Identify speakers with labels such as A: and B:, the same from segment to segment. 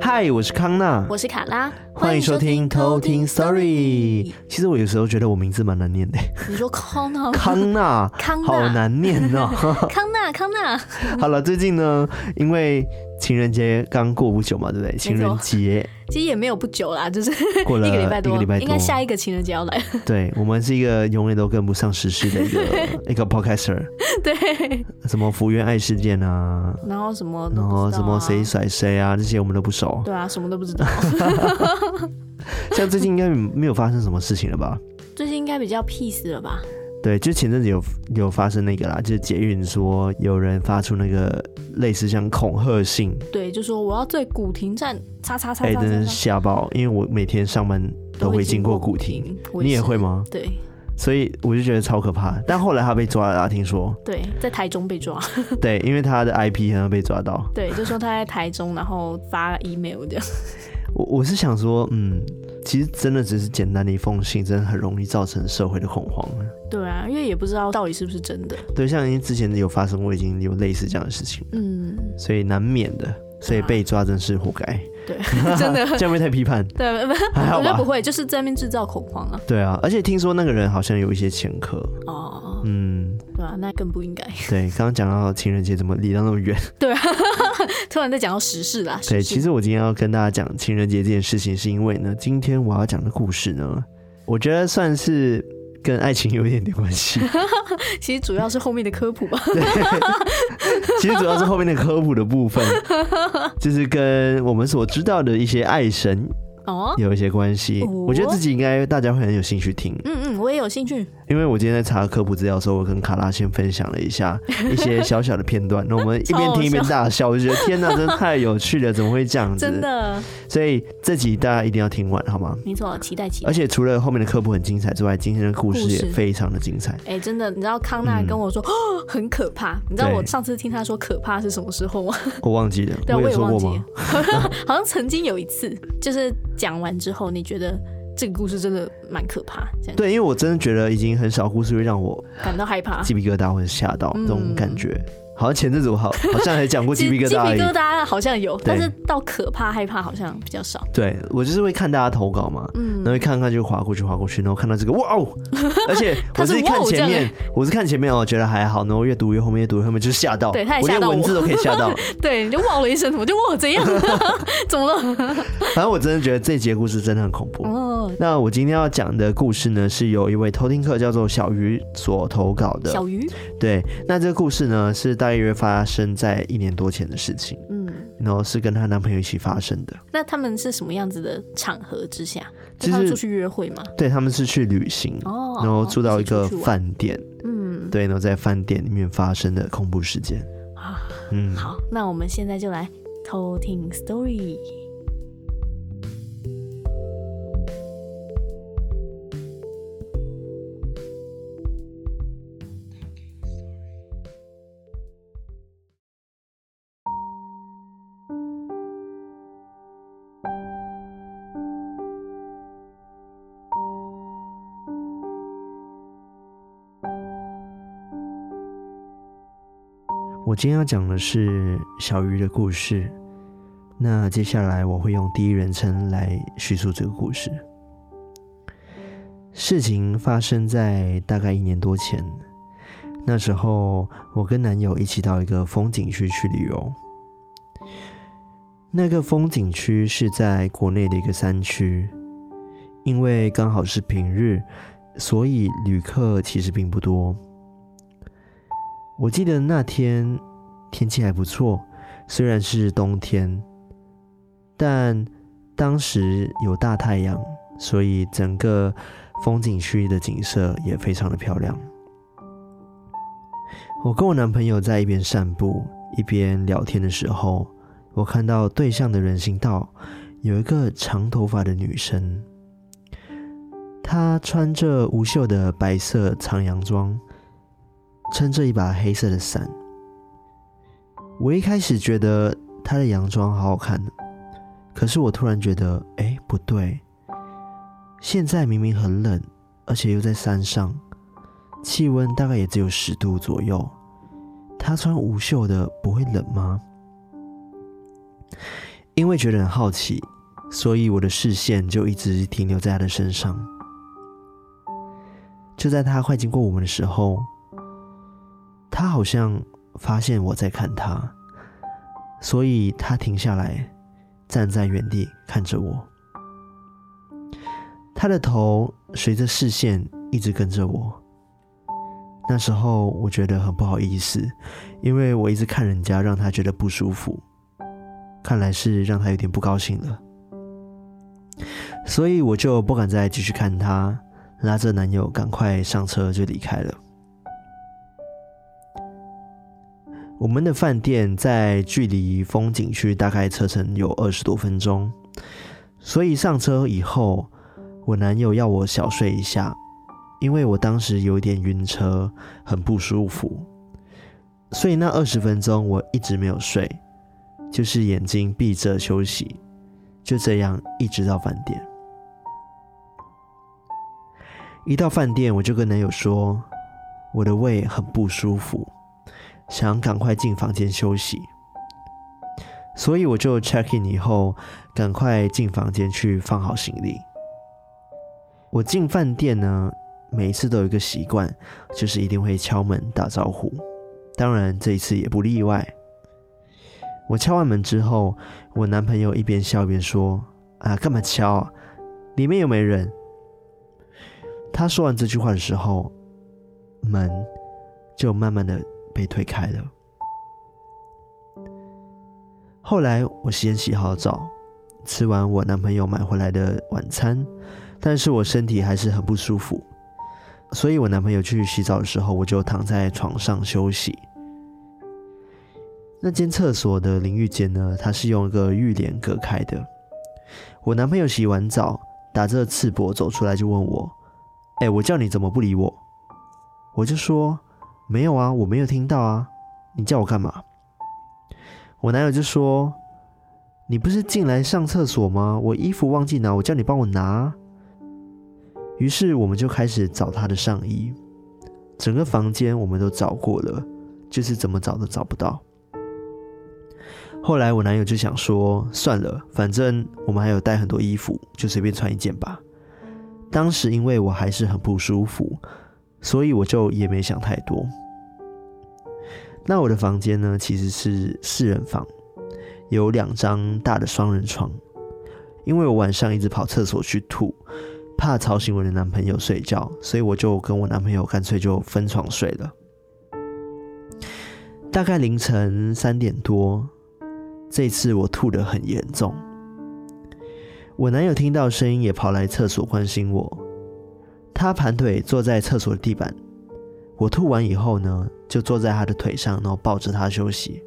A: 嗨，我是康娜，
B: 我是卡拉，
A: 欢迎收听偷听 Story。其实我有时候觉得我名字蛮难念的，
B: 你说康纳吗？
A: 康娜，
B: 哦康纳
A: 好难念 哦。
B: 康纳，康纳，
A: 好了，最近呢，因为情人节刚过不久嘛，对不对？情人节
B: 其实也没有不久啦，就是
A: 过了
B: 一个礼拜多，
A: 一个礼拜多
B: 应该下一个情人节要来。
A: 对我们是一个永远都跟不上时事的一 个一个 podcaster，
B: 对，
A: 什么福原爱事件啊，
B: 然后什么都不知道
A: 然
B: 啊，
A: 后什么谁甩谁啊，这些我们都不熟。
B: 对啊，什么都不知道。
A: 像最近应该没有发生什么事情了吧？
B: 最近应该比较 peace 了吧？
A: 对，就前阵子有有发生那个啦，就是捷运说有人发出那个类似像恐吓信，
B: 对，就说我要对古亭站叉叉叉
A: 哎、
B: 叉
A: 真的是
B: 叉叉
A: 吓爆！因为我每天上班都会经过古亭，，
B: 我
A: 你也
B: 是
A: 会？吗？
B: 对
A: 所以我就觉得超可怕。但后来他被抓了啦，听 说
B: 对，在台中被抓，
A: 对，因为他的 IP 好像被抓到。
B: 对，就说他在台中，然后发 email 这样。
A: 我我是想说，嗯，其实真的只是简单的一封信，真的很容易造成社会的恐慌。
B: 对啊，因为也不知道到底是不是真的。
A: 对，像因为之前有发生过，已经有类似这样的事情，
B: 嗯，
A: 所以难免的，所以
B: 啊
A: 被抓真是活该。
B: 对，真的。
A: 这样会不会太批 判。
B: 对，不
A: 还好
B: 我觉得
A: 吧
B: 不会，就是在那边制造恐慌啊。
A: 对啊，而且听说那个人好像有一些前科。
B: 哦，
A: 嗯，
B: 对啊，那更不应该。
A: 对，刚刚讲到情人节怎么离到那么远。
B: 突然在讲到时事啦，
A: 对，
B: 时事
A: 其实我今天要跟大家讲情人节这件事情，是因为呢，今天我要讲的故事呢，我觉得算是跟爱情有一点点关系。
B: 其实主要是后面的科普吧。
A: 其实主要是后面的科普的部分，就是跟我们所知道的一些爱神
B: 哦，
A: 有一些关系。
B: 哦
A: 我觉得自己应该大家会很有兴趣听，
B: 嗯嗯，我也有兴趣。
A: 因为我今天在查科普资料的时候，我跟卡拉先分享了一 下一些小小的片段，那我们一边听一边大笑，我就觉得天哪，真的太有趣了，怎么会这样子？
B: 真，的，
A: 所以这集大家一定要听完，好吗？
B: 没错，期待期
A: 而
B: 待。
A: 且除了后面的科普很精彩之外，今天的故事
B: 故
A: 也
B: 事
A: 非常的精彩。
B: 哎、真的，你知道康纳跟我说、
A: 嗯
B: 哦 很可怕，你知道
A: 对
B: 我上次听他说可怕是什么时候吗？
A: 我忘记了，
B: 对，啊
A: 有
B: 我也
A: 说
B: 忘
A: 过
B: 记
A: 吗
B: 了？， 好像曾经有一次，就是讲完之后，你觉得这个故事真的蛮可怕，这样
A: 对，因为我真的觉得已经很少故事会让我
B: 感到害怕。
A: 鸡皮疙瘩或者吓到
B: 嗯
A: 这种感觉。好像前阵子我好好像还讲过鸡
B: 鸡
A: 皮疙瘩而
B: 鸡
A: 已
B: 皮。疙瘩好像有，
A: 对
B: 但是到可怕、害怕好像比较少。
A: 对我就是会看大家投稿嘛，
B: 嗯
A: 然后一看看就划过去划过去，然后看到这个哇 哦，而且我
B: 他是
A: 是看
B: 哇哦这
A: 前
B: 样
A: 面，我是看前面哦，觉得还好，然后越读越后面，越读越后面就吓到，
B: 对他也吓
A: 连
B: 到
A: 文
B: 我
A: 字都可以吓 到。
B: 对，你就哇了一声，我就哇怎 样？怎么了？
A: 反正我真的觉得这节故事真的很恐怖。
B: 哦，
A: 那我今天要讲的故事呢，是由一位偷听客叫做小鱼所投稿的。
B: 小鱼，
A: 对，啊那这个故事呢，是大约发生在一年多前的事情，
B: 嗯，
A: 然后是跟她男朋友一起发生的。
B: 那他们是什么样子的场合之下？
A: 其
B: 就他们
A: 实
B: 出去约会吗？
A: 对他们是去旅行，
B: 哦，
A: 然后住到一
B: 一
A: 个
B: 起出去玩
A: 饭店，
B: 嗯
A: 对，然后在饭店里面发生的恐怖事件。
B: 啊，
A: 嗯，
B: 好，那我们现在就来偷听 story。
A: 我今天要讲的是小鱼的故事。那接下来我会用第一人称来叙述这个故事。事情发生在大概一年多前，那时候我跟男友一起到一个风景区去旅游。那个风景区是在国内的一个山区，因为刚好是平日，所以旅客其实并不多。我记得那天天气还不错，虽然是冬天，但当时有大太阳，所以整个风景区的景色也非常的漂亮。我跟我男朋友在一边散步一边聊天的时候，我看到对向的人行道有一个长头发的女生，她穿着无袖的白色长洋装，撑着一把黑色的伞。我一开始觉得她的洋装好好看，可是我突然觉得，哎，不对，现在明明很冷，而且又在山上，气温大概也只有十度左右，她穿无袖的不会冷吗？因为觉得很好奇，所以我的视线就一直停留在他的身上。就在他快经过我们的时候，他好像发现我在看他，所以他停下来，站在原地看着我。他的头随着视线一直跟着我。那时候我觉得很不好意思，因为我一直看人家，让他觉得不舒服，看来是让他有点不高兴了，所以我就不敢再继续看他，拉着男友赶快上车就离开了。我们的饭店在距离风景区大概车程有二十多分钟，所以上车以后，我男友要我小睡一下，因为我当时有一点晕车，很不舒服，所以那二十分钟我一直没有睡，就是眼睛闭着休息，就这样一直到饭店。一到饭店，我就跟男友说，我的胃很不舒服，想赶快进房间休息，所以我就 check in 以后，赶快进房间去放好行李。我进饭店呢，每一次都有一个习惯，就是一定会敲门打招呼，当然这一次也不例外。我敲完门之后，我男朋友一边笑一边说：“啊，干嘛敲、啊？里面又没人。”他说完这句话的时候，门就慢慢的被推开了。后来我先洗好澡，吃完我男朋友买回来的晚餐，但是我身体还是很不舒服，所以我男朋友去洗澡的时候，我就躺在床上休息。那间厕所的淋浴间呢，它是用一个浴帘隔开的。我男朋友洗完澡，打着赤膊走出来就问我：“哎、我叫你怎么不理我？”我就说：“没有啊，我没有听到啊，你叫我干嘛？”我男友就说：“你不是进来上厕所吗？我衣服忘记拿，我叫你帮我拿啊。”于是我们就开始找他的上衣，整个房间我们都找过了，就是怎么找都找不到。后来我男友就想说，算了，反正我们还有带很多衣服，就随便穿一件吧。当时因为我还是很不舒服，所以我就也没想太多。那我的房间呢，其实是四人房，有两张大的双人床。因为我晚上一直跑厕所去吐，怕吵醒我的男朋友睡觉，所以我就跟我男朋友干脆就分床睡了。大概凌晨三点多，这次我吐得很严重。我男友听到声音也跑来厕所关心我，他盘腿坐在厕所的地板。我吐完以后呢，就坐在他的腿上，然后抱着他休息。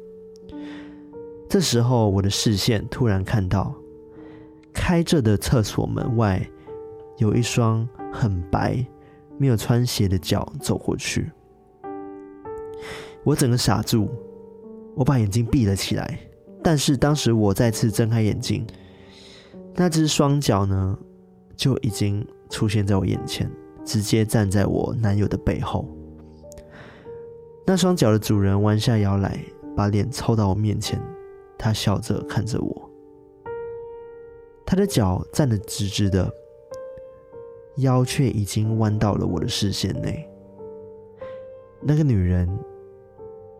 A: 这时候，我的视线突然看到开着的厕所门外有一双很白、没有穿鞋的脚走过去。我整个傻住，我把眼睛闭了起来。但是当时我再次睁开眼睛，那只双脚呢，就已经出现在我眼前，直接站在我男友的背后。那双脚的主人弯下腰来，把脸凑到我面前，他笑着看着我。他的脚站得直直的，腰却已经弯到了我的视线内。那个女人，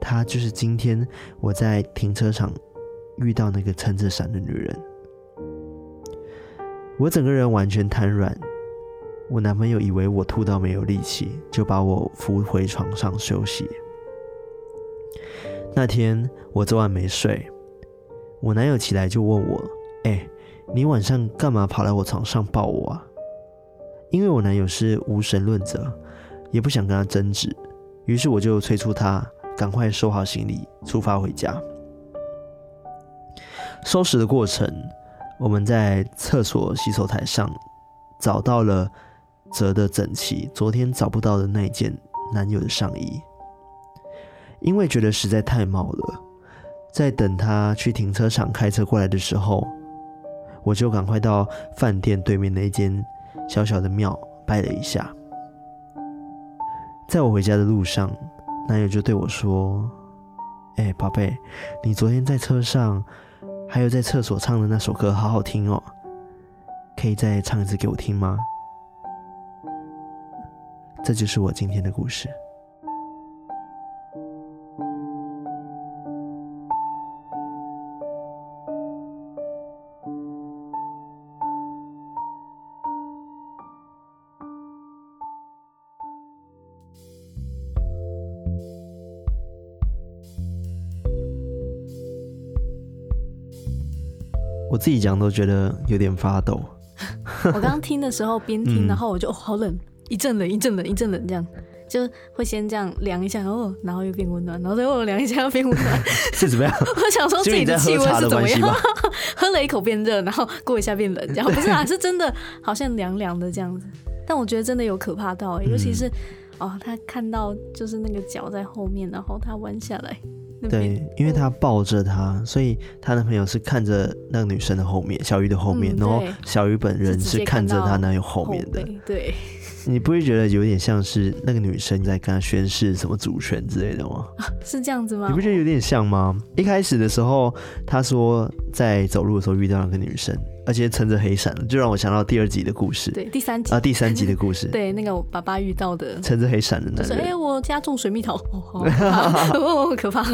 A: 她就是今天我在停车场遇到那个撑着伞的女人。我整个人完全瘫软，我男朋友以为我吐到没有力气，就把我扶回床上休息。那天我昨晚没睡，我男友起来就问我：“哎、你晚上干嘛跑来我床上抱我啊？”因为我男友是无神论者，也不想跟他争执，于是我就催促他赶快收好行李，出发回家。收拾的过程，我们在厕所洗手台上找到了折得整齐、昨天找不到的那件男友的上衣，因为觉得实在太冒了，在等他去停车场开车过来的时候，我就赶快到饭店对面的一间小小的庙拜了一下。在我回家的路上，男友就对我说：“哎、宝贝，你昨天在车上还有在厕所唱的那首歌好好听哦，可以再唱一次给我听吗？这就是我今天的故事。我自己讲都觉得有点发 抖。
B: 我刚刚听的时候边
A: 嗯
B: 听，然后我就哦好冷，一阵冷一阵冷一阵冷这样，就会先这样凉一下，哦，然后又变温暖，然后再哦凉一下又变温暖。
A: 是怎么样？
B: 我想说
A: 是
B: 自
A: 因为
B: 己
A: 你在
B: 的
A: 喝
B: 气温
A: 茶
B: 是
A: 的
B: 怎
A: 关
B: 么
A: 系
B: 样？
A: 吧？
B: 喝了一口变热，然后过一下变冷，然后不 是啊，是真的好像凉凉的这样子。但我觉得真的有可怕到、
A: 嗯
B: 欸，尤其是、哦，他看到就是那个脚在后面，然后他弯下来那边，
A: 对，因为她抱着他，所以她男朋友是看着那个女生的后面，小鱼的后面，
B: 嗯
A: 然后
B: 对
A: 小鱼本人
B: 是直
A: 是
B: 接
A: 看着
B: 看到
A: 她男友后
B: 后
A: 面的。
B: 背对，
A: 你不会觉得有点像是那个女生在跟他宣誓什么主权之类的吗？
B: 是这样子
A: 你
B: 吗
A: 不？觉得有点像吗？一开始的时候，他说在走路的时候遇到那个女生，而且撑着黑伞，就让我想到第二集的故事
B: 对，第三集，
A: 啊，第三集的故事，
B: 对那个我爸爸遇到的，
A: 撑着黑伞的
B: 就
A: 男
B: 是哎、
A: 人。
B: 我家种水蜜桃，哦，好可怕， 哦，可怕，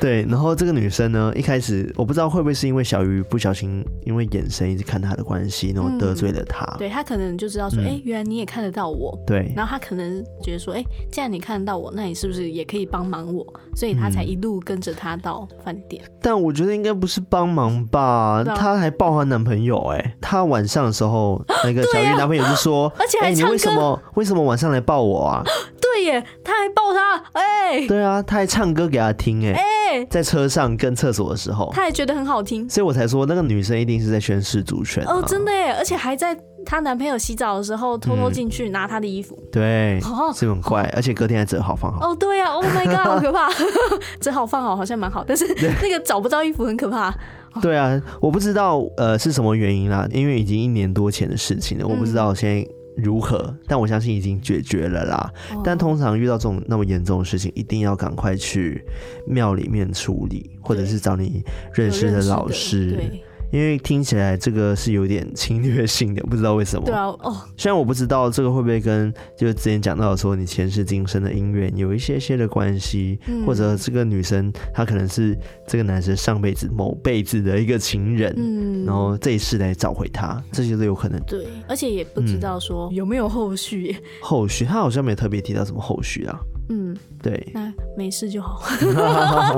A: 对，然后这个女生呢，一开始我不知道会不会是因为小鱼不小心因为眼神一直看他的关系，然后得罪了他。
B: 对他可能就知道说，
A: 嗯
B: 哎、原来你也看得到我，
A: 对
B: 然后他可能觉得说，哎、既然你看得到我，那你是不是也可以帮忙我？所以他
A: 嗯
B: 才一路跟着他到饭店。
A: 但我觉得应该不是帮忙吧，
B: 对啊
A: 她还抱她男朋友哎、她晚上的时候，那 个小鱼男朋友就说，
B: 而且
A: 哎、
B: 啊还
A: 你
B: 唱歌
A: 为什么为什么晚上来抱我 啊？
B: 对耶，他还抱他，哎、
A: 对啊，他还唱歌给她听哎、
B: 哎、
A: 在车上跟厕所的时候，
B: 他还觉得很好听。
A: 所以我才说那个女生一定是在宣誓主权、啊、
B: 哦，真的耶！而且还在她男朋友洗澡的时候偷
A: 嗯
B: 偷进去拿她的衣服。
A: 对，
B: 哦
A: 是很怪，而且隔天还折好放好。
B: 哦，对呀、啊、，Oh my god，好可怕！ 正好放好，好像蛮好，但是那个找不到衣服很可 怕。
A: 对啊，我不知道呃是什么原因啦，因为已经一年多前的事情了，我不知道现在如何，但我相信已经解决了啦。但通常遇到这种那么严重的事情，一定要赶快去庙里面处理，或者是找你认识的老
B: 有
A: 师
B: 认识，的
A: 因为听起来这个是有点侵略性的，不知道为什么
B: 对。对啊，哦，
A: 虽然我不知道这个会不会跟就是之前讲到说你前世今生的姻缘有一些些的关系，
B: 嗯
A: 或者这个女生她可能是这个男生上辈子某辈子的一个情人，
B: 嗯，
A: 然后这一世来找回他，这些都有可能。
B: 对，而且也不
A: 嗯
B: 知道说有没有后续耶。
A: 后续他好像没有特别提到什么后续啊，
B: 嗯，
A: 对，
B: 那没事 就好。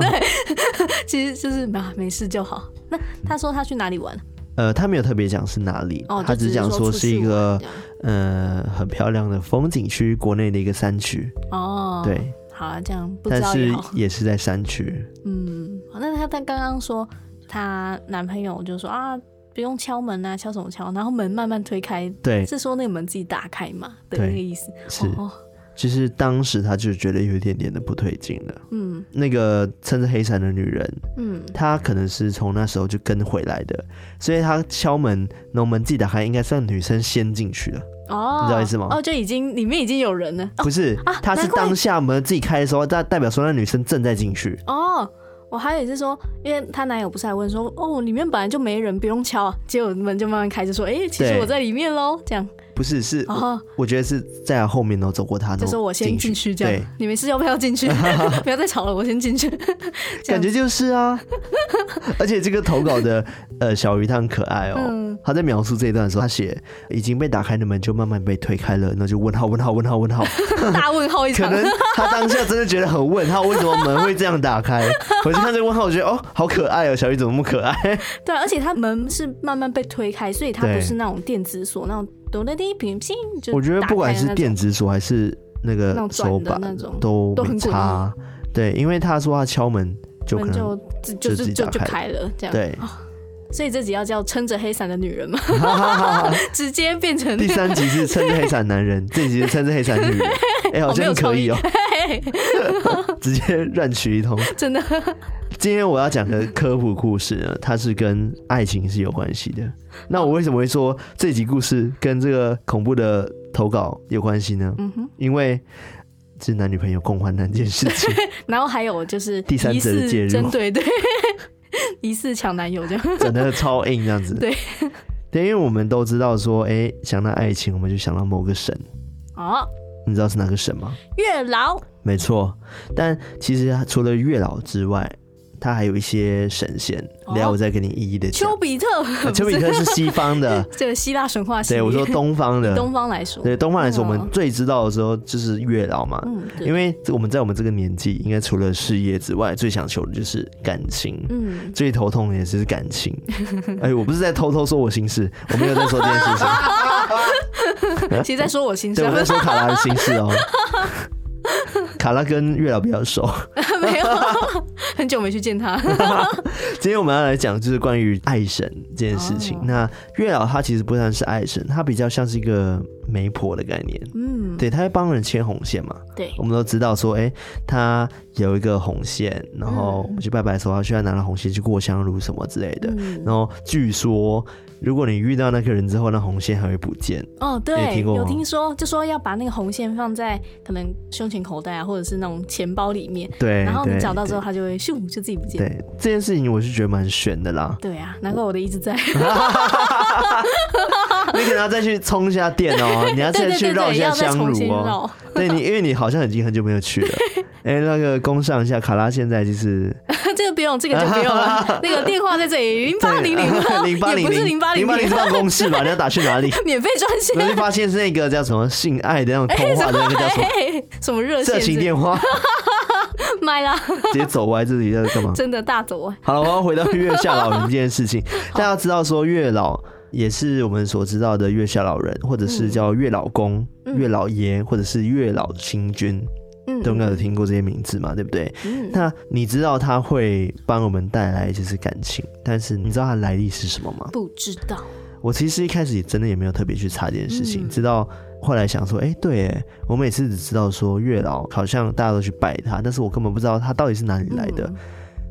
B: 对， 其实就是啊，没事就好。那他说他去哪里玩？
A: 呃，他没有特别讲是哪里，
B: 哦，
A: 他
B: 就只
A: 只讲
B: 说出
A: 是
B: 去
A: 一个
B: 玩这样
A: 呃很漂亮的风景区，国内的一个山区，
B: 哦，，
A: 对，
B: 好啊，这样不知
A: 但
B: 道也
A: 是
B: 好。
A: 也是在山区，
B: 嗯，好那她她刚刚说她男朋友就说啊，不用敲门啊，敲什么敲？然后门慢慢推开，
A: 对，
B: 是说那个门自己打开嘛的
A: 对
B: 那个意思。
A: 是。
B: 哦，
A: 就是当时他就觉得有一点点的不对劲了。
B: 嗯
A: 那个撑着黑伞的女人，
B: 嗯，
A: 她可能是从那时候就跟回来的，所以她敲门，然后门自己打开，应该算女生先进去的，
B: 哦，
A: 你知道意思吗
B: 哦，就已经里面已经有人了。
A: 不是？
B: 啊
A: 她是
B: 难怪
A: 当下门自己开的时候，代代表说那女生正在进去。
B: 哦，我还以为是说，因为她男友不是还问说，哦，里面本来就没人，不用敲啊。结果门就慢慢开，就说，哎、其实
A: 对
B: 我在里面喽，这样。
A: 不是，是我
B: 哦，
A: 我觉得是在她后面，然后走过她，
B: 就
A: 然
B: 说
A: 后
B: 我先进
A: 进
B: 去，这样
A: 对。
B: 你没事要不要 进去？不要再吵了，我先进去。这样
A: 感觉就是 啊。而且这个投稿的呃小鱼她很可爱哦。
B: 嗯
A: 他在描述这一段的时候，他写已经被打开的门就慢慢被推开了，然后就问号问号问号问号，
B: 大问号一
A: 可
B: 场。
A: 能他当下真的觉得很问号，为什么门会这样打 开？我就看这个问号，我觉得哦，好可爱哦，小鱼怎么那么可爱？
B: 对，啊而且它门是慢慢被推开，所以它
A: 对
B: 不是那种电子锁，那种咚的滴乒乒就
A: 我觉得不管
B: 打开的
A: 是
B: 那种
A: 电子锁还是那
B: 那
A: 个
B: 种
A: 手
B: 转的
A: 把
B: 那种
A: 都
B: 都
A: 没
B: 很
A: 差，对，因为他说他敲门就可
B: 门
A: 能
B: 就自
A: 就
B: 就就
A: 自己
B: 就
A: 打
B: 就
A: 开
B: 开了，这样。
A: 对。
B: 所以这集要叫撑着黑伞的女人嘛， 直接变成
A: 第三集是撑着黑伞男人，这集是撑着黑伞 女人，哎，好
B: 好没
A: 像
B: 有
A: 可以哦，
B: 嘿
A: 直接乱取一通。
B: 真的。
A: 今天我要讲的科普故事呢，它是跟爱情是有关系的。那我为什么会说这集故事跟这个恐怖的投稿有关系呢？
B: 嗯哼，
A: 因为是 男女朋友共患难这件事情。
B: 然后还有就是
A: 第三
B: 疑
A: 者的
B: 似
A: 介入
B: 针对对， 疑似抢男友这样。
A: 整的超硬这样子。
B: 对，
A: 对，因为我们都知道说，哎、想到爱情，我们就想到某个神，
B: 哦，
A: 你知道是哪个神吗？
B: 月老
A: 没错，但其实除了月老之外，它还有一些神仙，
B: 哦
A: 等一下我再给你一一的讲
B: 丘。比特，
A: 呃，丘比特是 西方的
B: 这个希腊神话系列
A: 对我说东方的，
B: 东方来说，
A: 对东方来说，
B: 哦
A: 我们最知道的时候就是月老嘛，
B: 嗯，对
A: 因为我们在我们这个年纪，应该除了事业之外，最想求的就是感情。
B: 嗯，
A: 最头痛的也是感 情，哎，我不是在偷偷说我心事，我没有在说这件事 情，
B: 其实在说我心
A: 啊对，
B: 声
A: 我，在说卡拉的心事 哦。卡拉跟月老比较熟，
B: 没有，很久没去 见他。
A: 今天我们要来讲就是关于爱神这件事情。
B: 哦
A: 那月老他其实不算是爱神，他比较像是一个媒婆的概念。
B: 嗯，
A: 对，他会帮人牵红线嘛。
B: 对
A: 我们都知道说，哎、他有一个红线，然后我们去拜拜的时候，他需要拿着红线去过香炉什么之类的。
B: 嗯，
A: 然后据说，如果你遇到那个人之后，那红线还会不见。
B: 哦，
A: 也
B: 对，
A: 听过吗
B: 有听说，就说要把那个红线放在可能胸前口袋啊，或者是那种钱包里面，
A: 对，
B: 然后你
A: 对
B: 找到之后，它就会咻就自己不见。
A: 对这件事情，我是觉得蛮悬的啦。
B: 对啊，难怪我的一直在。
A: 你可能要再去充一下电哦，你要
B: 对
A: 再
B: 对
A: 去
B: 对
A: 绕一
B: 对，
A: 下
B: 要再
A: 香
B: 重
A: 炉
B: 新
A: 哦。
B: 绕。
A: 对你，因为你好像已经很久没有 去了。哎、那个工上一下，卡拉现在就是
B: 这个不用，这个就不用了。那个电话在这里，零八零零
A: 零八
B: 也
A: 零
B: 不是
A: 零
B: 零八零
A: 零八零
B: 零，
A: 办公室吧？你要打去哪里？
B: 免费专线。
A: 然后就发现是那个叫什么性爱的那种通话的那个叫什 么
B: 嘿，什么热线
A: 色
B: 之类
A: 情
B: 的？
A: 电 话，
B: 买啦，
A: 直接走歪自己在干嘛？
B: 真的大走啊！
A: 好了，我要回到月下老人这件 事情。大家知道说月老也是我们所知道的月下老人，或者是叫月老公、
B: 嗯
A: 月老爷，或者是月老星君，
B: 嗯，
A: 都应该有听过这些名字嘛，对不对？
B: 嗯
A: 那你知道他会帮我们带来就是感情，但是你知道他的来历是什么吗？
B: 不知道，
A: 我其实一开始也真的也没有特别去查这件事情，
B: 嗯
A: 直到后来想说，哎、对耶，我每次只知道说月老好像大家都去拜他，但是我根本不知道他到底是哪
B: 嗯
A: 里来的，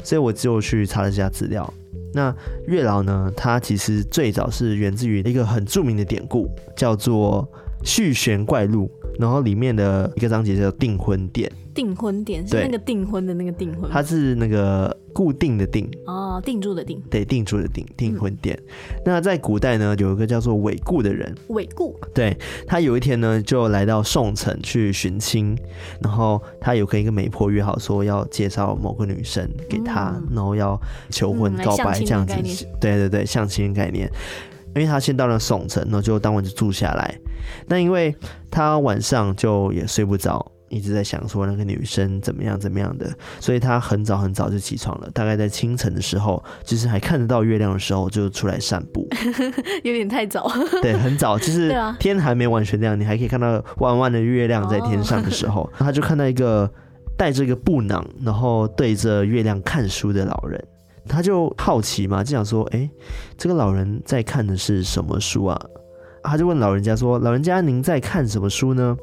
A: 所以我就去查了一下资料。那月老呢，他其实最早是源自于一个很著名的典故，叫做《续弦怪录》，然后里面的一个章节叫“订婚殿
B: 订婚点是
A: 对
B: 那个订婚的那个订”，婚吗，
A: 它是那个固定的定，
B: 哦，定住的定，
A: 对，定住的定，订婚殿。那在古代呢，有一个叫做韦固的人，
B: 尾固，
A: 对他有一天呢，就来到宋城去寻亲，然后他有跟一个媒婆约好说要介绍某个女生给他，
B: 嗯
A: 然后要求婚、
B: 嗯来
A: 告
B: 相
A: 白
B: 亲
A: 这样
B: 的
A: 子
B: 概念。
A: 对对对，相亲的概念。因为他先到了宋城，然后就当晚就住下来。那因为他晚上就也睡不着，一直在想说那个女生怎么样怎么样的，所以他很早很早就起床了，大概在清晨的时候，就是还看得到月亮的时候，就出来散步。
B: 有点太早，
A: 对，很早，就是
B: 对啊
A: 天还没完全亮，你还可以看到弯弯的月亮在天上的时
B: 哦
A: 候，他就看到一个带着一个布囊，然后对着月亮看书的老人，他就好奇嘛，就想说，哎，这个老人在看的是什么书啊？他就问老人家说：“老人家，您在看什么书呢？”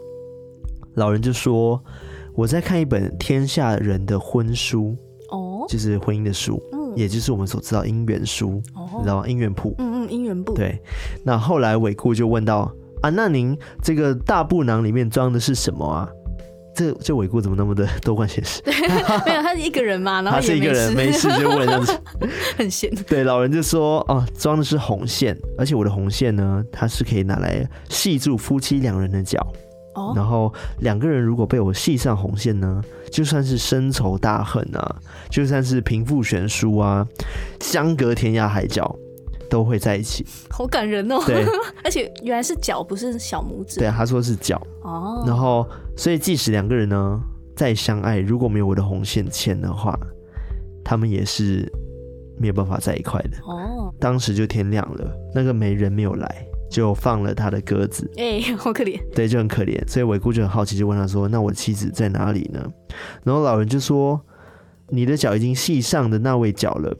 A: 老人就说：“我在看一本天下人的婚书，
B: 哦，
A: 就是婚姻的书，
B: 嗯，
A: 也就是我们所知道姻缘书，你知
B: 哦，
A: 道吗？姻缘谱。”
B: 嗯嗯，姻缘簿，
A: 对，那后来韦固就问到啊，那您这个大布囊里面装的是什么啊？这这韦固怎么那么的多管闲事？
B: 没有，他是一个 人嘛，然后
A: 他是
B: 也
A: 一个人没
B: 没
A: 事
B: 事，
A: 就问这样 子。
B: 很闲，
A: 对，老人就说哦，装的是红线，而且我的红线呢，它是可以拿来系住夫妻两人的脚。
B: 哦，
A: 然后两个人如果被我系上红线呢，就算是深仇大恨啊，就算是贫富悬殊啊，相隔天涯海角，都会在一起。
B: 好感人哦，
A: 对
B: 而且原来是脚，不是小拇指，
A: 对，他说是脚。
B: 哦，
A: 然后，所以即使两个人呢再相爱，如果没有我的红线牵的话，他们也是没有办法在一块的。
B: 哦，
A: 当时就天亮了，那个媒人没有来，就放了他的鸽子，
B: 哎，好 可怜，
A: 对，就很可怜。所以韦固就很好奇，就问他说：“那我妻子在哪里呢？”然后老人就说：“你的脚已经系上的那位脚了，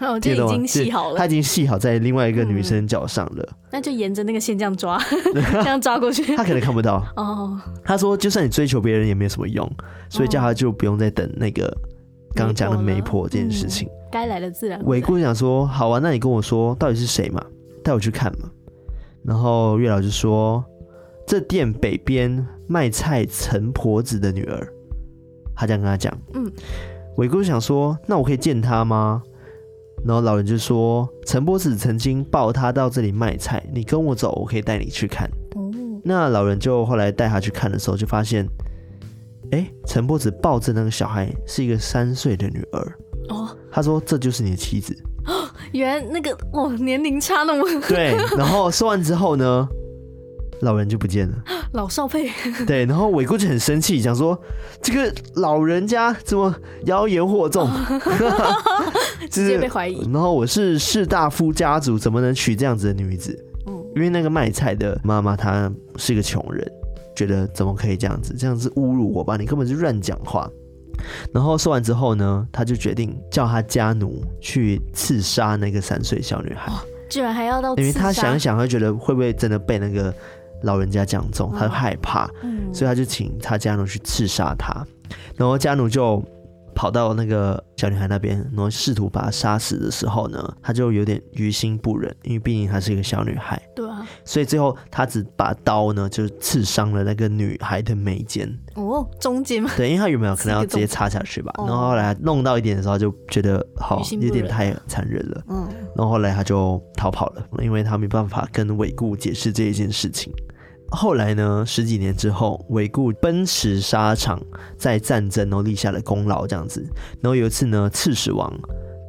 B: 哦，就
A: 记得
B: 已
A: 吗
B: 经
A: 对
B: 洗好
A: 他
B: 了
A: 已，经系好在另外一个女生脚上了，
B: 那就沿着那个线这样抓，这样抓过去，
A: 他可能看不到。”
B: 哦，
A: 他说，就算你追求别人也没有什么用，所以叫他就不用再等那个刚刚讲的媒婆这件事情。
B: 该来的自然
A: 韦
B: 来，
A: 固想说，好啊，那你跟我说到底是谁嘛，带我去看嘛。然后月老就说，这店北边卖菜陈婆子的女儿，他这样跟他讲。
B: 嗯，
A: 韦固想说，那我可以见她吗？然后老人就说：“陈波子曾经抱他到这里卖菜，你跟我走，我可以带你去看。”
B: 哦，
A: 那老人就后来带他去看的时候，就发现，哎，陈波子抱着那个小孩是一个三岁的女儿。
B: 哦，
A: 他说：“这就是你的妻子。
B: 原来那个哦，年龄差那么”
A: 对。 然后说完之后呢，老人就不见了。
B: 老少配，
A: 对。然后伟姑就很生气，想说：“这个老人家怎么妖言惑众？” 就
B: 直接
A: 是
B: 被怀疑。
A: 然后我是士大夫家族，怎么能娶这样子的女子？
B: 嗯，
A: 因为那个卖菜的妈妈她是个穷人，觉得怎么可以这样子？这样子侮辱我吧，你根本就乱讲话。然后说完之后呢，他就决定叫他家奴去刺杀那个三岁小女孩，
B: 居然还要到
A: 因为
B: 刺
A: 他
B: 杀
A: 想一，想，他觉得会不会真的被那个老人家讲中，他就害怕，
B: 嗯，
A: 所以他就请他家奴去刺杀他。然后家奴就跑到那个小女孩那边，然后试图把她杀死的时候呢，他就有点于心不忍，因为毕竟她是一个小女孩。
B: 对啊，
A: 所以最后他只把刀呢，就是刺伤了那个女孩的眉间。
B: 哦，中间嘛，
A: 对，因为他原本有可能要
B: 是一个
A: 直接插下去吧，
B: 哦
A: 然后后来弄到一点的时候，他就觉得好
B: 于心不
A: 有
B: 忍
A: 点太残忍了，
B: 嗯，
A: 然后后来他就逃跑了，因为他没办法跟韦固解释这一件事情。后来呢，十几年之后，韦固奔驰沙场，在战争然后立下了功劳，这样子。然后有一次呢，刺史王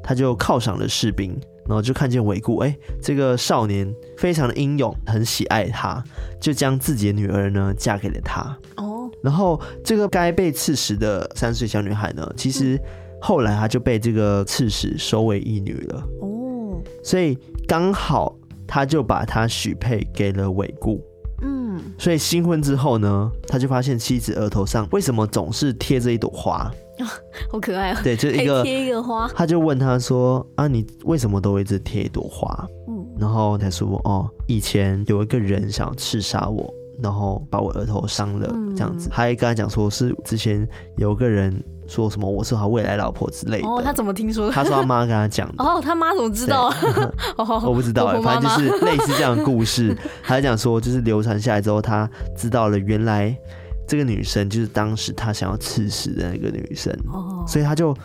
A: 他就犒赏了士兵，然后就看见韦固，哎，这个少年非常的英勇，很喜爱他，就将自己的女儿呢嫁给了他。
B: 哦，
A: 然后这个该被刺史的三岁小女孩呢，其实后来她就被这个刺史收为义女了。
B: 哦，
A: 所以刚好他就把她许配给了韦固。
B: 嗯，
A: 所以新婚之后呢，他就发现妻子额头上为什么总是贴着一朵花？
B: 好可爱啊，
A: 对，就是
B: 还
A: 一个。
B: 贴一个花，
A: 他就问他说：“啊，你为什么都一直贴一朵花
B: 嗯？”，
A: 然后他说：“哦，以前有一个人想刺杀我，然后把我额头伤了，
B: 嗯
A: 这样子。”他还跟他讲说是之前有个人说什么我是他未来老婆之类的。
B: 哦，他怎么听说的？
A: 他说他妈跟他讲的。
B: 哦，他妈怎么知道啊？
A: 我
B: 哦，
A: 不知道、
B: 婆
A: 欸，
B: 婆妈
A: 反
B: 妈
A: 正就是类似这样的故 事。他讲说，就是流传下来之后，他知道了原来这个女生就是当时他想要刺死的那个女生，
B: 哦，
A: 所以他就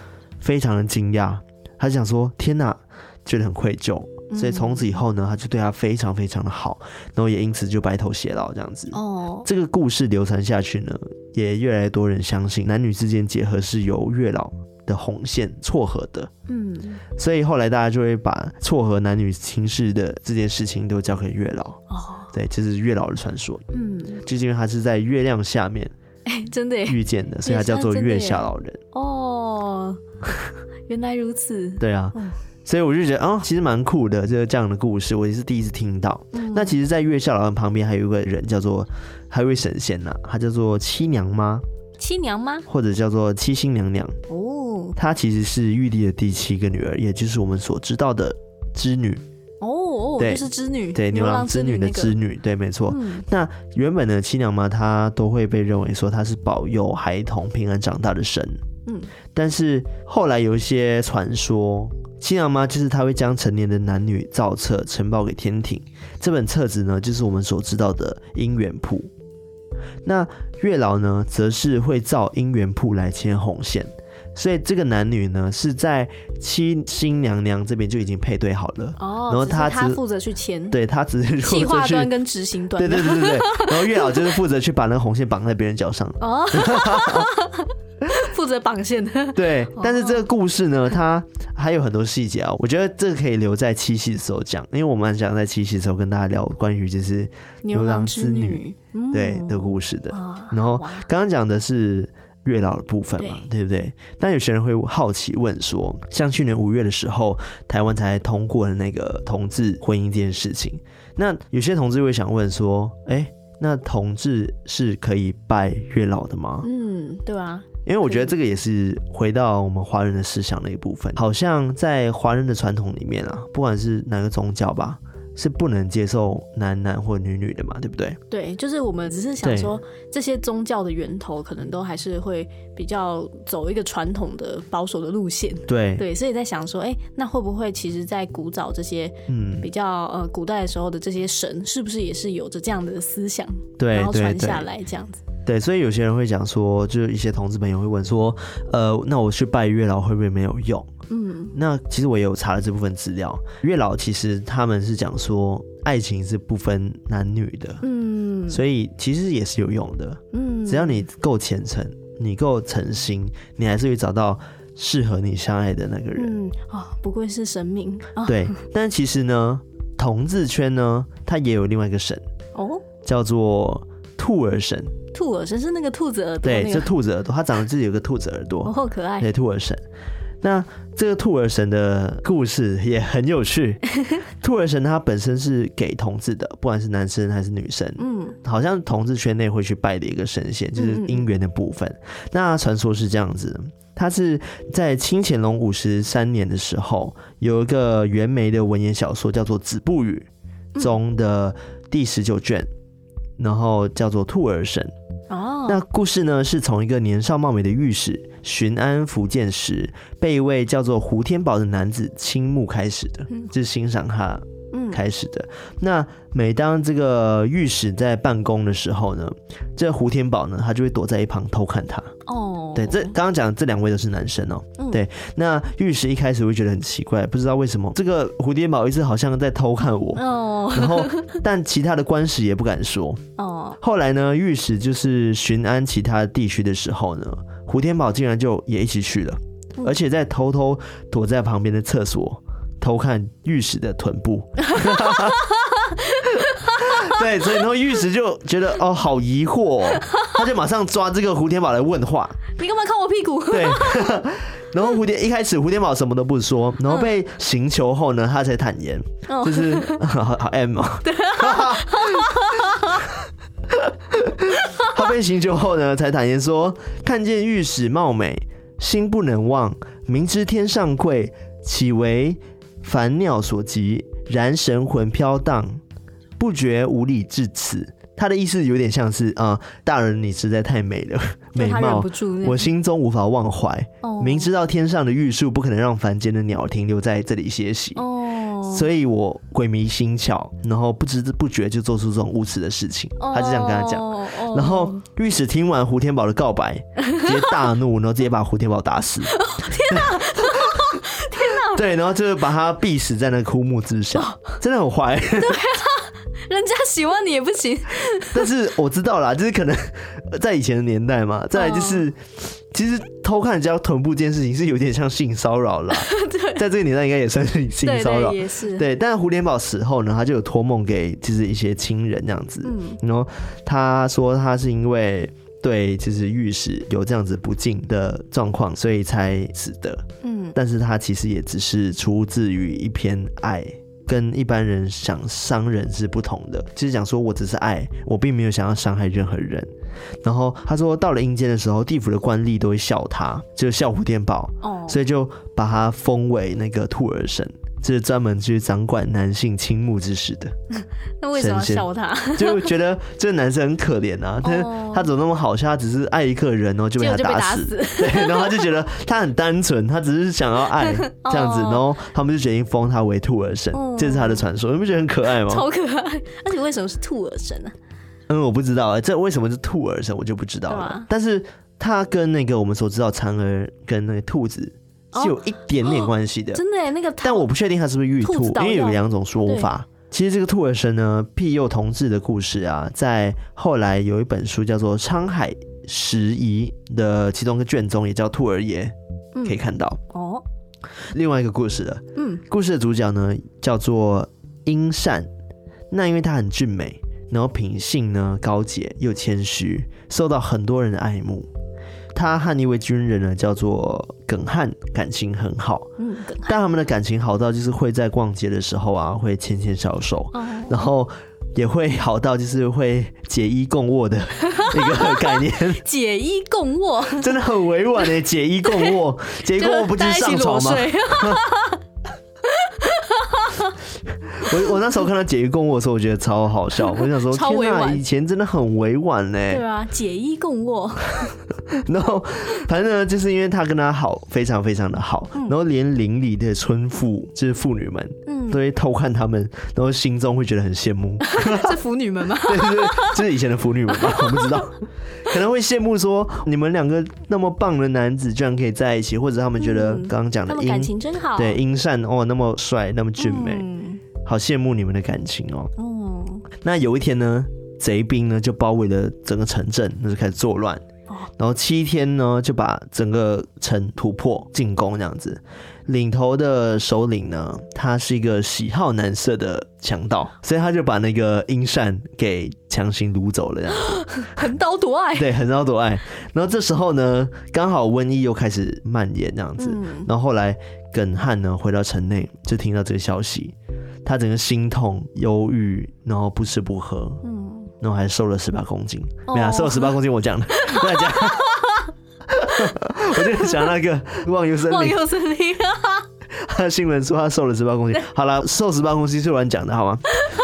A: 非常的惊讶，他就想说：“天哪！”觉得很愧疚，所以从此以后呢，他就对她非常非常的好，然后也因此就白头偕老这样子。
B: 哦，
A: 这个故事流传下去呢，也越来越多人相信男女之间结合是由月老的红线撮合的。
B: 嗯，
A: 所以后来大家就会把撮合男女情事的这件事情都交给月老，
B: 哦，
A: 对，这是月老的传说，
B: 嗯，
A: 就是因为他是在月亮下面
B: 哎，真的耶，
A: 遇见的，所以他叫做月下老人。
B: 哦，原来如此。
A: 对啊
B: 嗯，
A: 所以我就觉得，哦，其实蛮酷的，就是这样的故事，我也是第一次听到。
B: 嗯
A: 那其实，在月下老人旁边还有一个人叫做，还有一位神仙呐、他叫做七娘妈，
B: 七娘吗？
A: 或者叫做七星娘娘，
B: 哦
A: 她其实是玉帝的第七个女儿，也就是我们所知道的织女，
B: 哦哦，
A: 对
B: 就是织女，
A: 对，牛郎
B: 郎
A: 织
B: 女
A: 女的
B: 那个
A: 织女，对，没错。
B: 嗯
A: 那原本的七娘妈，她都会被认为说她是保佑孩童平安长大的神。
B: 嗯，
A: 但是后来有一些传说，七娘妈就是她会将成年的男女造册呈报给天庭。这本册子呢，就是我们所知道的姻缘谱。那月老呢，则是会照姻缘谱来牵红线。所以这个男女呢，是在七新娘娘这边就已经配对好了。
B: 哦，
A: 然后
B: 只是
A: 他
B: 他
A: 只
B: 负责去签
A: 对他只是
B: 企划
A: 去
B: 端跟执行端
A: 对
B: 的，
A: 对对对对，然后月老就是负责去把那个红线绑在别人脚上。
B: 哦， 负责绑线 的，
A: 对，但是这个故事呢，它还有很多细节啊，我觉得这个可以留在七夕的时候讲，因为我们很想在七夕的时候跟大家聊关于就是
B: 牛
A: 郎
B: 郎
A: 织
B: 织
A: 女
B: 女，嗯
A: 对的故事的。
B: 啊
A: 然后
B: 哇
A: 刚刚讲的是月老的部分嘛，对不对？但有些人会好奇问说，像去年五月的时候，台湾才通过了那个同志婚姻这件事情，那有些同志会想问说，哎，那同志是可以拜月老的吗？
B: 嗯，对啊，
A: 因为我觉得这个也是回到我们华人的思想的一部分，好像在华人的传统里面啊，不管是哪个宗教吧，是不能接受男男或女女的嘛，对不对？
B: 对，就是我们只是想说，这些宗教的源头可能都还是会比较走一个传统的保守的路线。
A: 对，
B: 对，所以在想说，哎、那会不会其实，在古早这些
A: 嗯，
B: 比较呃古代的时候的这些神，是不是也是有着这样的思想，
A: 对
B: 然后
A: 对
B: 传
A: 对
B: 下。来这样子？
A: 对，所以有些人会讲说，就是一些同志朋友会问说，呃，那我去拜月老会不会没有用？
B: 嗯，
A: 那其实我也有查了这部分资料，月老其实他们是讲说，爱情是不分男女的，
B: 嗯，
A: 所以其实也是有用的。
B: 嗯，
A: 只要你够虔诚，你够诚心，你还是会找到适合你相爱的那个人。
B: 嗯哦，不愧是神明啊，
A: 对，但其实呢，同志圈呢，它也有另外一个神，
B: 哦，
A: 叫做兔儿神。
B: 兔耳神是那个兔子耳朵
A: 对，
B: 哦那
A: 这
B: 个，
A: 兔子耳朵，它长得自己有个兔子耳朵。
B: 哦，好可爱，
A: 对，兔儿神。那这个兔儿神的故事也很有 趣。兔儿神他本身是给同志的，不管是男生还是女生，
B: 嗯
A: 好像同志圈内会去拜的一个神仙，就是
B: 嗯嗯嗯
A: 姻缘的部分。那传说是这样子的，他是在清乾隆五十三年的时候，有一个袁枚的文言小说叫做《子不语》
B: 嗯
A: 中的第十九卷，然后叫做兔儿神。
B: 哦，
A: 那故事呢，是从一个年少貌美的御史巡安福建时，被一位叫做胡天宝的男子倾慕开始的，
B: 嗯
A: 就是欣赏他
B: 嗯
A: 开始的。那每当这个御史在办公的时候呢，这胡天宝呢，他就会躲在一旁偷看他。
B: 哦，
A: 对，这刚刚讲的这两位都是男生哦、
B: 嗯
A: 对，那御史一开始会觉得很奇怪，不知道为什么这个胡天宝一直好像在偷看 我，
B: 哦
A: 然后但其他的官史也不敢说。
B: 哦，
A: 后来呢，御史就是巡安其他地区的时候呢，胡天宝竟然就也一起去了，
B: 嗯
A: 而且在偷偷躲在旁边的厕所偷看御史的臀部。对，所以然后御史就觉得哦，好疑惑、哦，他就马上抓这个胡天宝来问话。
B: 你干嘛看我屁股？
A: 对， 然后胡天一开始胡天宝什么都不说，然后被行求后呢，他才坦言，
B: 哦
A: 就是 好好 M 哦。
B: 啊
A: 他被行求后呢，才坦言说，看见御史貌美，心不能忘，明知天上贵，岂为凡鸟所及？然神魂飘荡，不觉无礼至此。他的意思有点像是啊、呃大人你实在太美了，
B: 就
A: 美
B: 他忍
A: 貌
B: 不住那
A: 我
B: 样，
A: 心中无法忘怀，
B: 哦
A: 明知道天上的玉树不可能让凡间的鸟停留在这里歇息，
B: 哦，
A: 所以我鬼迷心窍，然后不知不觉就做出这种无耻的事情。他就这样跟他讲。
B: 哦，
A: 然后
B: 哦
A: 御史听完胡天宝的告白，直接大怒，然后直接把胡天宝打死。哦天哪！ 天哪！哦对，然后就是把他逼死在那个枯木之下，真的很坏。
B: 人家喜欢你也不行，
A: 但是我知道啦，就是可能在以前的年代嘛，再来就是，其实偷看人家臀部这件事情是有点像性骚扰 啦，在这个年代应该也算是 性
B: 对
A: 骚扰
B: 对。也是，
A: 对，但胡天宝死后呢，他就有托梦给就是一些亲人这样子，
B: 嗯
A: 然后他说他是因为对就是御史有这样子不敬的状况，所以才死的。
B: 嗯
A: 但是他其实也只是出自于一片爱，跟一般人想伤人是不同的。就是讲说我只是爱，我并没有想要伤害任何人。然后他说，到了阴间的时候，地府的官吏都会笑他，就是笑胡天宝，
B: 哦，
A: 所以就把他封为那个兔儿神。就是专门去掌管男性倾慕之事 的，
B: 那为什么要
A: 神仙
B: 笑他？
A: 就觉得这个男生很可怜 啊，但是
B: 哦
A: 他怎么那么好笑？他只是爱一个人，然后哦就被
B: 结
A: 他
B: 果就被
A: 打
B: 打
A: 死。
B: 死，
A: 对，然后他就觉得他很单纯，他只是想要爱 这
B: 哦
A: 样子，然后他们就决定封他为兔儿神，
B: 嗯
A: 这是他的传说，你不觉得很可爱吗？
B: 超可爱。而且为什么是兔耳神呢？
A: 嗯，我不知道、这为什么是兔儿神，我就不知道了。
B: 对啊
A: 但是他跟那个我们所知道嫦娥跟那个兔子是有一点
B: 哦
A: 点关系的，
B: 真的耶那个桃，
A: 啊但我不确定他是不是玉
B: 兔
A: 兔
B: 子，捣
A: 因
B: 药
A: 为有两种说法。其实这个兔儿神呢，庇佑同志的故事啊，在后来有一本书叫做《沧海拾遗》的其中一个卷宗，也叫兔儿爷，
B: 嗯
A: 可以看到。
B: 哦，
A: 另外一个故事了。
B: 嗯
A: 故事的主角呢叫做殷善，那因为她很俊美，然后品性呢高洁又谦虚，受到很多人的爱慕。她和一位军人呢叫做耿汉，感情很好，
B: 嗯，梗
A: 但他们的感情好到就是会在逛街的时候啊会牵牵小手，
B: 哦，
A: 然后。也会好到就是会解衣共握 的一个概念，
B: 解衣共卧，
A: 真的很委婉诶，解衣共握， 解衣共握不就
B: 大
A: 是
B: 家一
A: 上
B: 起裸
A: 床吗？
B: 睡，
A: 我我那时候看到解约供我的时候，我觉得超好 笑。我想说，
B: 超
A: 天
B: 委
A: 呐，
B: 婉
A: 以前真的很委婉呢、
B: 对啊，解衣共卧，
A: 然后，反正呢，就是因为他跟他好，非常非常的好，然后连邻里的村妇，就是妇女们，
B: 嗯，
A: 都会偷看他们，然后心中会觉得很羡慕。
B: 是腐女们吗？
A: 对对对，就是以前的腐女们吧，我不知道，可能会羡慕说你们两个那么棒的男子居然可以在一起，或者他们觉得
B: 嗯
A: 刚刚 讲
B: 他
A: 的
B: 们
A: 英、
B: 感情真好。
A: 对，英善哦那么帅那么俊美，
B: 嗯
A: 好羡慕你们的感情哦。
B: 嗯
A: 那有一天呢，贼兵呢就包围了整个城镇，那就开始作乱。
B: 哦
A: 然后七天呢，就把整个城突破进攻这样子。领头的首领呢，他是一个喜好男色的强盗，所以他就把那个阴善给强行掳走了这样子。
B: 横刀夺爱。
A: 对，横刀夺爱。然后这时候呢，刚好瘟疫又开始蔓延 这样子。
B: 嗯，
A: 然后后来耿汉呢回到城内，就听到这个消息，他整个心痛、忧郁，然后不吃不喝，
B: 嗯，
A: 然后还瘦了十八公斤。
B: 哦
A: 没有、啊，瘦了十八公斤，我讲的，大家。 我就想那个忘忧森
B: 忘
A: 林，
B: 忧森 林，啊
A: 他新闻说他瘦了十八公斤。好了，瘦十八公斤是乱讲的好吗？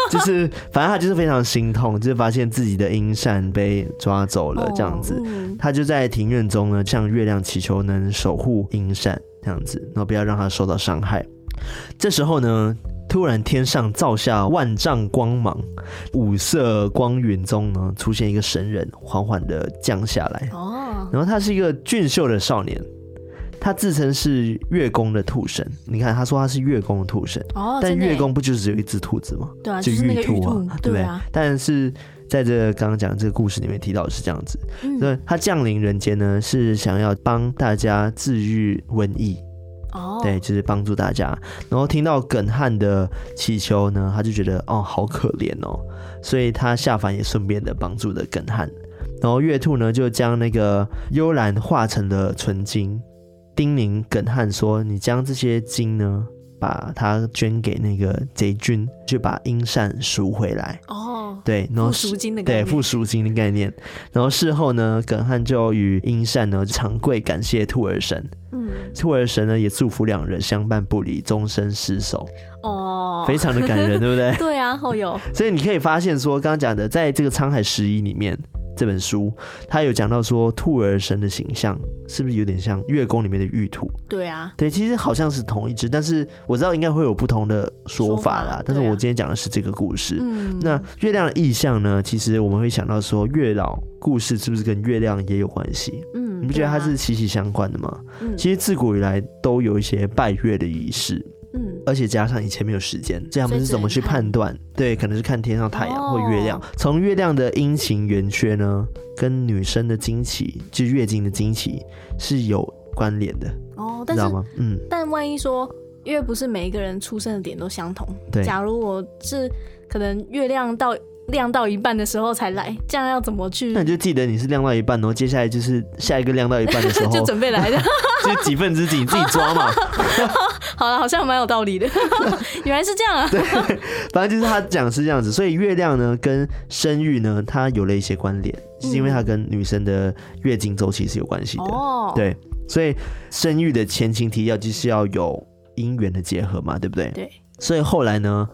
A: 就是反正他就是非常心痛，就是发现自己的阴善被抓走了呃这样子。
B: 哦嗯
A: 他就在庭院中呢，向月亮祈求能守护阴善这样子，然后不要让他受到伤害。这时候呢，突然天上照下万丈光芒，五色光云中呢，出现一个神人，缓缓的降下来。
B: 哦，
A: 然后他是一个俊秀的少年，他自称是月宫的兔神。你看，他说他是月宫的兔神，
B: 哦，
A: 但
B: 真的耶
A: 月宫不就只有一只兔子吗？
B: 对啊，
A: 就
B: 就是那个玉
A: 兔
B: 兔
A: 啊，，对不对
B: 对啊，？
A: 但是在这个刚刚讲的这个故事里面提到的是这样子。
B: 嗯，
A: 那他降临人间呢，是想要帮大家治愈瘟疫，
B: 哦，
A: 对，就是帮助大家。然后听到耿汉的祈求呢，他就觉得哦，好可怜哦，所以他下凡也顺便的帮助了耿汉。然后月兔呢，就将那个幽兰化成了纯金，叮咛耿汉说：“你将这些金呢，把它捐给那个贼军，就把阴善赎回来。”
B: 哦，
A: 对，然后
B: 付赎金的概
A: 对，
B: 念
A: 付赎金的概念。然后事后呢，耿汉就与殷善呢长跪感谢兔儿神，
B: 嗯，
A: 兔儿神呢也祝福两人相伴不离，终身厮守，
B: 哦，
A: 非常的感 人，对不对？
B: 对啊，好友，
A: 所以你可以发现说，刚刚讲的，在这个《沧海十一》里面这本书，它有讲到说，兔儿神的形象是不是有点像月宫里面的玉兔？
B: 对啊，
A: 对，其实好像是同一只，但是我知道应该会有不同的说法啦。
B: 说法
A: 但是
B: 对啊
A: 我今天讲的是这个故事。
B: 嗯，
A: 那月亮的意象呢？其实我们会想到说，月老故事是不是跟月亮也有关系？
B: 嗯，
A: 你不觉得它
B: 对
A: 是
B: 啊
A: 息息相关的吗？
B: 嗯
A: 其实自古以来都有一些拜月的仪式，
B: 嗯
A: 而且加上以前没有时间，所以他们是怎么去判断？对，可能是看天上太阳
B: 哦
A: 或月亮，从月亮的阴晴圆缺呢，跟女生的经期，就是月经的经期是有关联的，
B: 哦，
A: 知
B: 但是
A: 道吗？嗯，
B: 但万一说，因为不是每一个人出生的点都相同，
A: 对。
B: 假如我是可能月亮到亮到一半的时候才来，这样要怎么去
A: 那你就记得你是亮到一半，然后接下来就是下一个亮到一半的时候，
B: 就准备来的？
A: 就是几分之几，你自己抓嘛。
B: 好了，好像蛮有 道理的，原来是这样啊，
A: 反正就是他讲是这样子，所以月亮呢跟生育呢，它有了一些关联，是因为它跟女生的月经周期是有关系的。
B: 嗯哦，
A: 对，所以生育的前情提要就是要有姻缘的结合嘛，对不对？
B: 对。
A: 所以后来呢，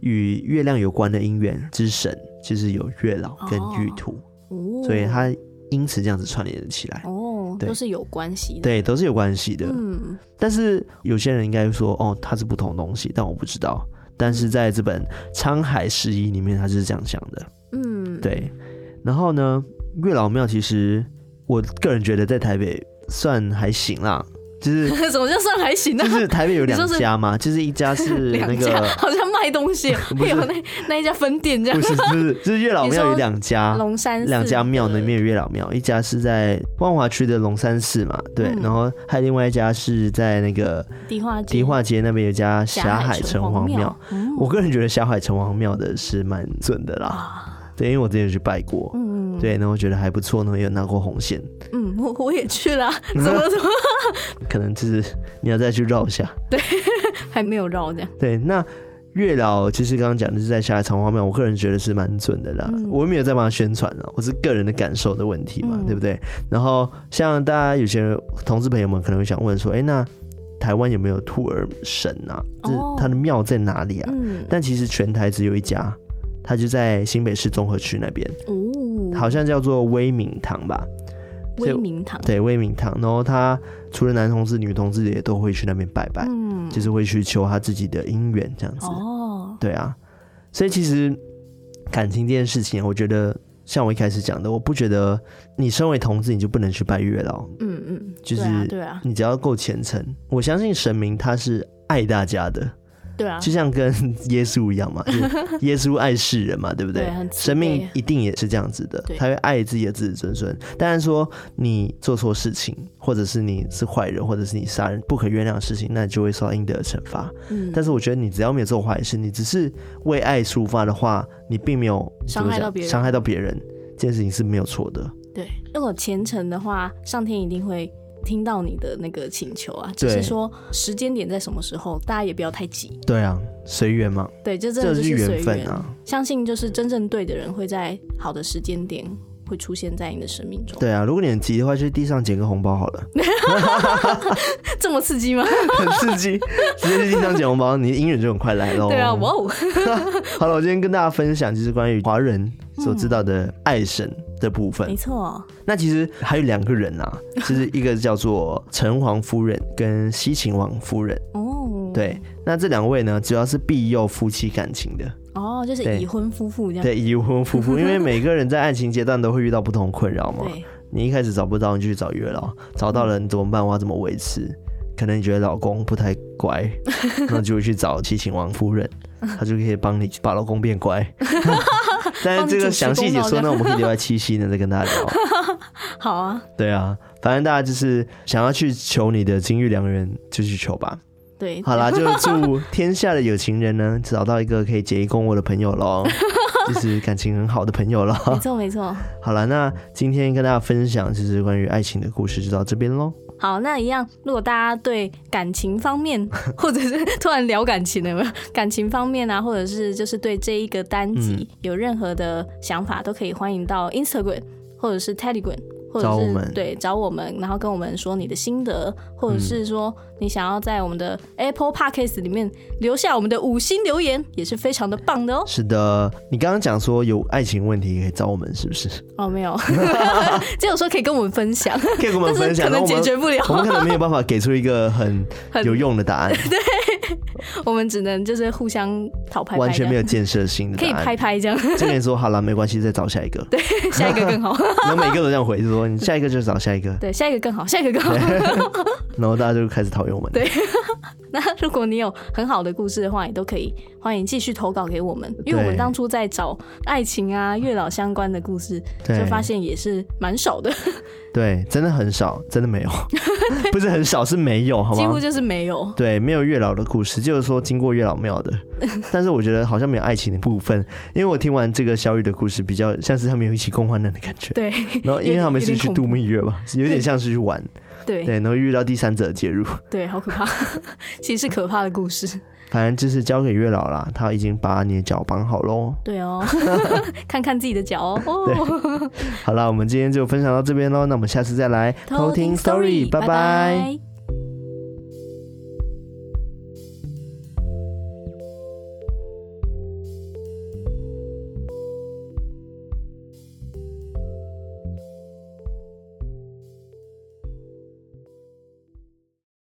A: 与月亮有关的姻缘之神就是有月老跟玉兔，
B: 哦，
A: 所以它因此这样子串联了起来。
B: 哦
A: 对
B: 都是有关系的，
A: 对，都是有关系的。
B: 嗯，
A: 但是有些人应该说，哦，它是不同东西，但我不知道。但是在这本《沧海十一》里面，它就是这样想的。
B: 嗯，
A: 对，然后呢，月老庙其实我个人觉得在台北算还行啦，就是
B: 怎么就算还 行呢、
A: 就
B: 啊？
A: 是台北有
B: 你说
A: 两
B: 是
A: 家嘛，就是一家是那
B: 两家
A: 个
B: 好像卖东西，
A: 不是
B: 还有那那一家分店这
A: 不
B: 样，
A: 是不是就是月老
B: 你
A: 庙有
B: 说
A: 两家。
B: 龙山寺
A: 两家庙
B: 的
A: 里面有月老庙，一家是在万华区的龙山寺嘛，对，
B: 嗯
A: 然后还有另外一家是在那个
B: 迪化街
A: 迪化街那边有一家
B: 霞
A: 霞海城
B: 隍
A: 隍庙
B: 庙。，嗯
A: 我个人觉得霞海城隍庙的是蛮准的啦，
B: 啊，
A: 对，因为我之前有去拜过，
B: 嗯，
A: 对，然后觉得还不错呢，也有拿过红线，
B: 嗯，我我也去 了，怎么怎么
A: 可能就是你要再去绕一下。
B: 还没有绕这样？
A: 对，那月老其实刚刚讲的是在下海城隍庙，我个人觉得是蛮准的啦。
B: 嗯
A: 我没有在帮他宣传啊，我是个人的感受的问题嘛，
B: 嗯
A: 对不对？然后像大家有些人同志朋友们可能会想问说，哎，那台湾有没有兔儿神啊？就是
B: 哦
A: 他的庙在哪里啊？
B: 嗯，
A: 但其实全台只有一家，它就在新北市综合区那边，
B: 哦，嗯
A: 好像叫做威敏堂吧。所以
B: 威明堂，
A: 对威明堂，然后他除了男同志、女同志也都会去那边拜拜，
B: 嗯，
A: 就是会去求他自己的姻缘这样子。
B: 哦，
A: 对啊，所以其实感情这件事情，我觉得像我一开始讲的，我不觉得你身为同志你就不能去拜月老，
B: 嗯嗯，
A: 就是
B: 对啊，对啊，
A: 你只要够虔诚，我相信神明他是爱大家的，
B: 对啊，
A: 就像跟耶稣一样嘛，就是 耶稣爱世人嘛，对不对？
B: 对啊很慈
A: 神明
B: 悲
A: 一定也是这样子的，
B: 对
A: 他会爱自己的子子孙孙。当然说你做错事情，或者是你是坏人，或者是你杀人不可原谅的事情，那你就会受到应得的惩罚。
B: 嗯，
A: 但是我觉得你只要没有做坏事，你只是为爱出发的话，你并没有
B: 伤
A: 怎么
B: 害到
A: 讲
B: 别人
A: 伤害到别人这件事情是没有错的。
B: 对，如果虔诚的话，上天一定会听到你的那个请求啊。只
A: 对
B: 是说时间点在什么时候，大家也不要太急。
A: 对啊，随缘嘛，
B: 对，这真
A: 这
B: 的
A: 就
B: 就是随
A: 缘
B: 缘。
A: 分啊。
B: 相信就是真正对的人会在好的时间点会出现在你的生命中。
A: 对啊，如果你很急的话，去地上捡个红包好了，
B: 这么刺激吗？
A: 很刺激，直接去地上捡红包，你的姻缘就很快来喽。
B: 对啊，哇哦，
A: 好了，我今天跟大家分享就是关于华人所知道的爱神的部分。
B: 没错，
A: 那其实还有两个人啊，就是一个叫做陈王夫人跟西秦王夫人。
B: 哦，，
A: 对，那这两位呢，主要是庇佑夫妻感情的，
B: 哦，就是
A: 对
B: 已婚夫妇这样。
A: 对，已婚夫妇，因为每个人在爱情阶段都会遇到不同困扰嘛。
B: 对，
A: 你一开始找不到，你就去找月老，找到了你怎么办？我要怎么维持？可能你觉得老公不太乖，那就会去找七秦王夫人，她就可以帮你把老公变乖。但是这个详细解说呢，我们可以留在七夕呢再跟大家聊。
B: 好啊，
A: 对啊，反正大家就是想要去求你的金玉良缘，就去求吧。
B: 对，
A: 好啦，就祝天下的有情人呢，找到一个可以结一共我的朋友喽，就是感情很好的朋友喽。
B: 没错没错。
A: 好了，那今天跟大家分享就是关于爱情的故事，就到这边喽。
B: 好，那一样，如果大家对感情 方面，或者是突然聊感情了有没有？感情方面啊，或者是就是对这一个单集
A: 嗯
B: 有任何的想法，都可以欢迎到 Instagram 或者是 Telegram。或者
A: 找我
B: 是
A: 们
B: 对找我们，然后跟我们说你的心得，或者是说你想要在我们的 Apple Podcast 里面留下我们的五星留言，也是非常的棒的哦。
A: 是的，你刚刚讲说有爱情问题可以找我们，是不 是？
B: 哦，没有，只有说可以跟我们分享，
A: 可以跟我们
B: 但
A: 分
B: 是
A: 享，
B: 可
A: 那
B: 能
A: 我
B: 解
A: 们
B: 决不了，
A: 我们可能没有办法给出一个 很
B: 很
A: 有用的答案，
B: 我们只能就是互相讨拍拍，
A: 完全没有建设性的
B: 可以
A: 答
B: 拍
A: 案。
B: 拍 这样，
A: 就跟你说好了，没关系，再找下一个。对，
B: 下一个更 好，
A: 然后每个都这样回，就说你下一个就找下一个，
B: 对，下一个更好，下一个更好。
A: 然后大家就开始讨厌我们。
B: 对 那如果你有很好的故事的话，也都可以欢迎继续投稿给我们，因为我们
A: 对
B: 当初在找爱情啊、月老相关的故事，
A: 对，
B: 就发现也是蛮少的，
A: 对，真的很少，真的没 有，不是很少，是没有，好
B: 几乎
A: 吗？
B: 就是没有。
A: 对，没有月老的故事，就是说经过月老庙 的，但是我觉得好像没有爱情的部分，因为我听完这个小雨的故事，比较像是他们有一起共患难的感觉。
B: 对
A: 然后因为他们
B: 有
A: 是
B: 点
A: 去
B: 恐
A: 度
B: 怖
A: 蜜月吧，有点像是去玩，
B: 对
A: 对，然后遇到第三者介入，
B: 对，好可怕， 其实是可怕的故事。
A: 反正就是交给月老啦，他已经把你的脚绑好喽。
B: 对哦，看看自己的脚哦。哦
A: 好啦，我们今天就分享到这边喽，那我们下次再来拜拜